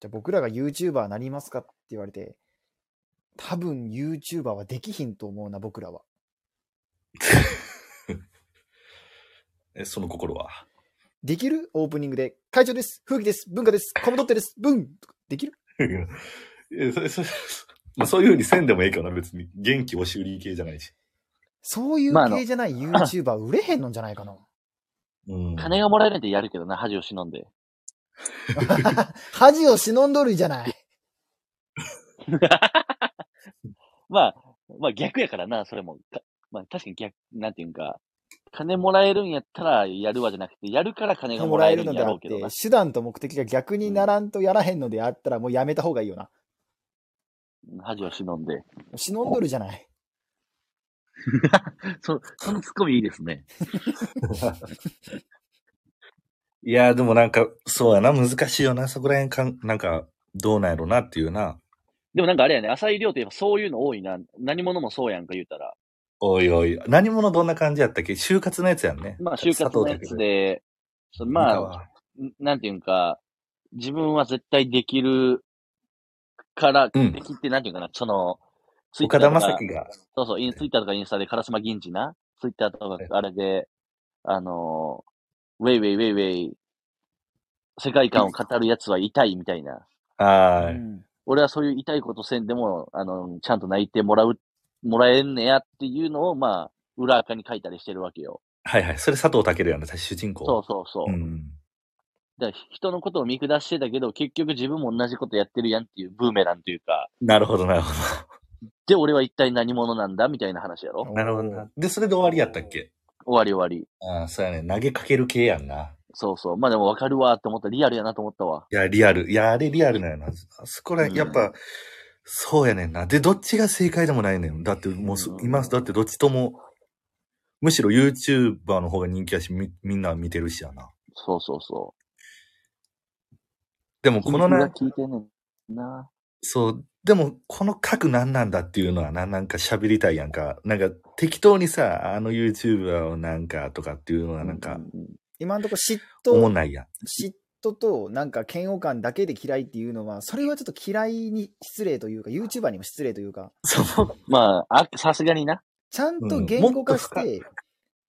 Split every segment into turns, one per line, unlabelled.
じゃあ僕らが YouTuber なりますかって言われて、多分 YouTuber はできひんと思うな、僕らは。
え、その心 は。
できるオープニングで、会長です、風紀です、文化です、コムドッテです、文できる
いやそれそれまあ、そういうふうにせんでもええけどな、別に。元気押し売り系じゃないし。
そうい
まああ
う
の
系じゃない YouTuber 売れへんのんじゃ ないかな。
うん。
金がもらえるんでやるけどな、恥を忍んで。
恥を忍んどるじゃない。
まあ、まあ逆やからな、それも。かまあ確かに逆、なんていうんか、金もらえるんやったらやるわじゃなくて、やるから金が
も
も
ら
らえ
え
る
るの
んや
であ
ろ
っ
うけどな
て、。手段と目的が逆にならんとやらへんのであったら、もうやめた方がいいよな。
恥を忍んで。
忍んどるじゃない。
そ、そのツッコミいいですね。
いやー、でもなんか、そうやな、難しいよな、そこら辺かん、なんか、どうなんやろなっていうな。
でもなんかあれやね、浅井亮といえばそういうの多いな。何者もそうやんか言うたら。
おいおい、何者どんな感じやったっけ就活のやつやんね。
まあ就活のや
佐藤
つ
健
で、そ
なん
ま
か
あ、
は
んなんていうんか、自分は絶対できるから、
うん
できってなんていうんかな、その、ツ
岡田将生が、
そうそう、インツイッターとかインスタで、烏丸銀次な、ツイッターとか
い、
あれで、あのー、ウェイウェイウェイウェイ、世界観を語るやつは痛いみたいな。
は
う
い。
ん
俺はそういう痛いことせんでも、あの、ちゃんと泣いてもらう、もらえんねやっていうのを、まあ、裏垢に書いたりしてるわけよ。
はいはい。それ佐藤健やんな、主人公。
そうそうそう。
うん。
だから人のことを見下してたけど、結局自分も同じことやってるやんっていうブーメランというか、
なるほど、なるほ
で、俺は一体何者なんだみたいな話やろ。
お
ど。
ー
なるほどな。で、それで終わりやったっけ
終わり終わり。
ああ、そうやね。投げかける系やんな。
そうそう。まあでも分かるわって思った。リアルやなと思ったわ。
いや、リアル。いや、あれリアルなんやな。あそこら、やっ
う
ぱ、そうやねんな。で、どっちが正解でもないねん。だって、もうす
う、ん
今、だってどっちとも、むしろ YouTuber の方が人気やし、み、みんな見てるしやな。
そうそうそ
でも、
う。
この
な。
な、
聞いてんねんな。
そう、でも、この核何なんだっていうのはな、なんか喋りたいやんか。なんか、適当にさ、あの YouTuber をなんかとかっていうのはなん
う
か、
う
今んとこ嫉
おも
妬
ん、ないやん。
嫉妬となんか嫌悪感だけで嫌いっていうのは、それはちょっと嫌いに失礼というか、YouTuber にも失礼というか、
そう。
まあ、あ、さすがにな。
ちゃんと言語化して、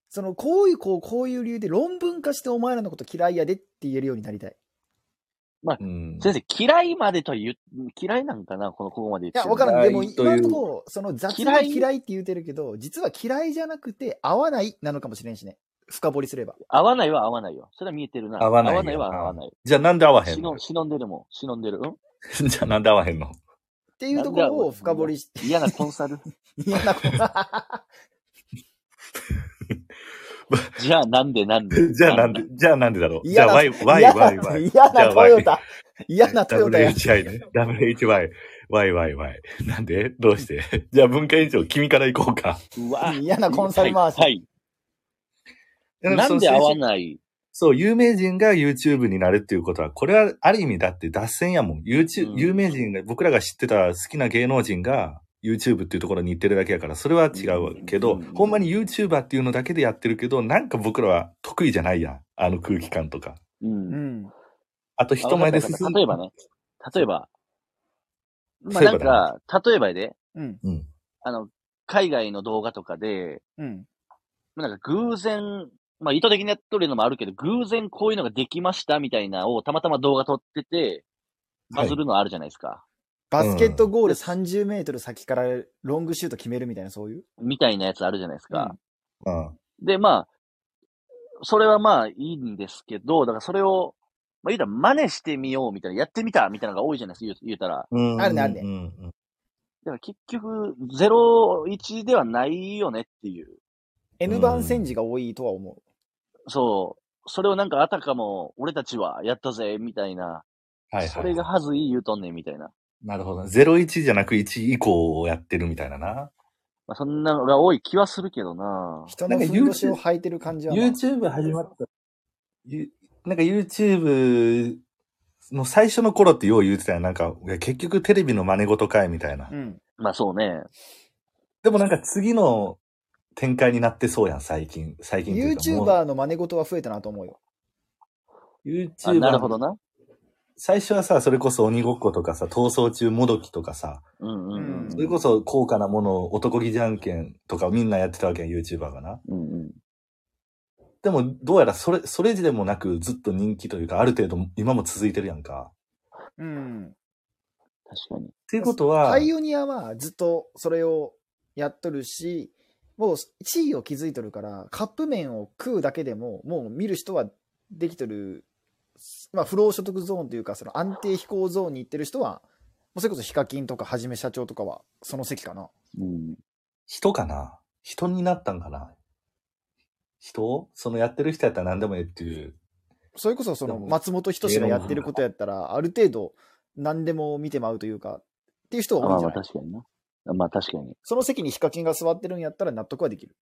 そのこういうこうこういう理由で論文化してお前らのこと嫌いやでって言えるようになりたい。
うん。
先生、嫌いまでと言う、嫌いなんかなこの、ここまで言っ
い
て
や、
る
わからん。でも
嫌いという
今のところ、その雑な嫌いって言うてるけど、実は嫌いじゃなくて合わないなのかもしれんしね。深掘りすれば。
合わないは合わないよ。それは見えてるな。
合わないよ
合わないは合わない。
じゃあなんで合わへん
忍
の
ん忍んでるもん。忍んでる。うん
じゃあなんで合わへんの
っていうところを深掘りして、
嫌なコンサル。
嫌なこと。
じゃあなんでなん で。
じゃあなんで、じゃあなんでだろうじ
嫌
ゃあ
な
Y、Y、
嫌
Y、
な
Y。
嫌なトヨ
じゃあ
タ。嫌なトヨ タや。
WHI ね。WHY。Y、Y、Y。なんでどうして じゃあ文化委員長、君から行こうか。
うわ
嫌なコンサル回し
はい。はいなんで合わない
そう、有名人が YouTube になるっていうことは、これはある意味だって脱線やもん。YouTube、
うん
有名人が、僕らが知ってた好きな芸能人が YouTube っていうところに行ってるだけやから、それは違うけど、
うん
ほんまに YouTuber っていうのだけでやってるけど、なんか僕らは得意じゃないやん。あの空気感とか。
う。
うんん。
あと人前で
わか
進
ったわかっ
ん
た例えばね。例えば。まあなんか、例えばやで、
うん。
うん。
あの、海外の動画とかで、
うん。
なんか偶然、まあ意図的にやっとるのもあるけど、偶然こういうのができましたみたいなをたまたま動画撮ってて、バズるのあるじゃないですか。
バスケットゴール30メートル先からロングシュート決めるみたいな、そういう。
みたいなやつあるじゃないですか。
うん。
で、まあ、それはまあいいんですけど、だからそれを、まあ言うたら真似してみようみたいな、やってみたみたいなのが多いじゃないですか、言う言うたら。
うん
あるねあるね
うんうん
だから結局、01ではないよねっていう。
N 番戦時が多いとは思う。
そう。それをなんかあたかも、俺たちはやったぜ、みたいな。
はいはい。
それがはずい言うとんねん、みたいな。
なるほど。01じゃなく1以降をやってるみたいなな。
まあ、そんなのが多い気はするけどな
人のふんどしを履いてる感じはな。
YouTube 始まった。ゆなんか YouTube の最初の頃ってよう言うてたやん。なんか、いや結局テレビの真似事かいみたいな。
うん。
まあそうね。
でもなんか次の展開になってそうやん、最近。最近というかもう
YouTuber の真似事は増えたなと思うよ。
あ
YouTuber。
なるほどな。
最初はさ、それこそ鬼ごっことかさ、逃走中もどきとかさ、
うんうんうん。
それこそ高価なものを男気じゃんけんとかみんなやってたわけや、YouTuber がな。
うんうん。
でも、どうやらそれ、それでもなくずっと人気というか、ある程度今も続いてるやんか。
うん。
確かに。
っていうことは
パ、イオニアはずっとそれをやっとるし、もう地位を築いとるから、カップ麺を食うだけでも、もう見る人はできとる、まあ、不労所得ゾーンというか、その安定飛行ゾーンに行ってる人は、もうそれこそヒカキンとかはじめ社長とかは、その席かな。
うん。
人かな人になったんかな人そのやってる人やったら何でもええっていう。
それこそその
でも
松本人志がやってることやったら、ある程度何でも見てまうというか、っていう人
あ
は多い
ま
ん
あ
じ
まあ
ゃない
確かにな。まあ確かに。
その席にヒカキンが座ってるんやったら納得はできる。